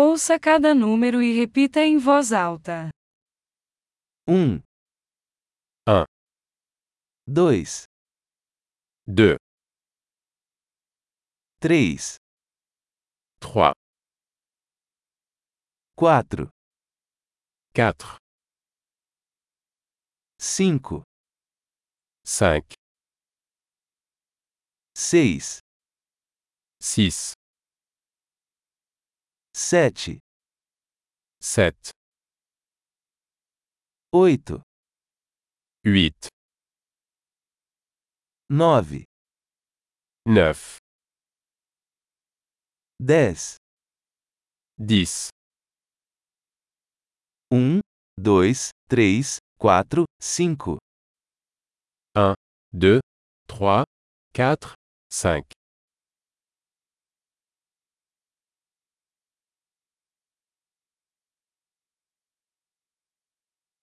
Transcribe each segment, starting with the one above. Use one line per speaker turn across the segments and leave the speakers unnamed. Ouça cada número e repita em voz alta.
Um,
Un.
dois,
2,
três,
3,
quatro,
4,
cinco,
5,
seis,
6,
sete,
7,
oito,
8,
nove,
9,
dez.
10,
Um, dois, três, quatro, cinco,
2, 3, 4, 5.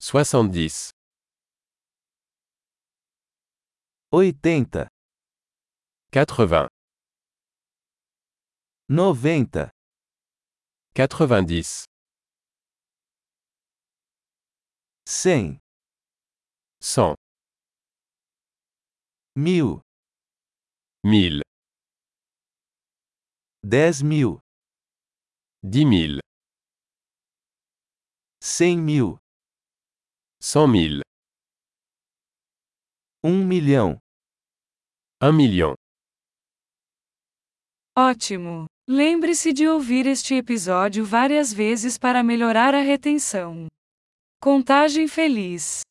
70,
oitenta,
80,
noventa,
90,
cem,
100,
mil,
1000,
dez mil,
10 000,
cem mil,
100 000,
um milhão.
1 million.
Ótimo! Lembre-se de ouvir este episódio várias vezes para melhorar a retenção. Contagem feliz.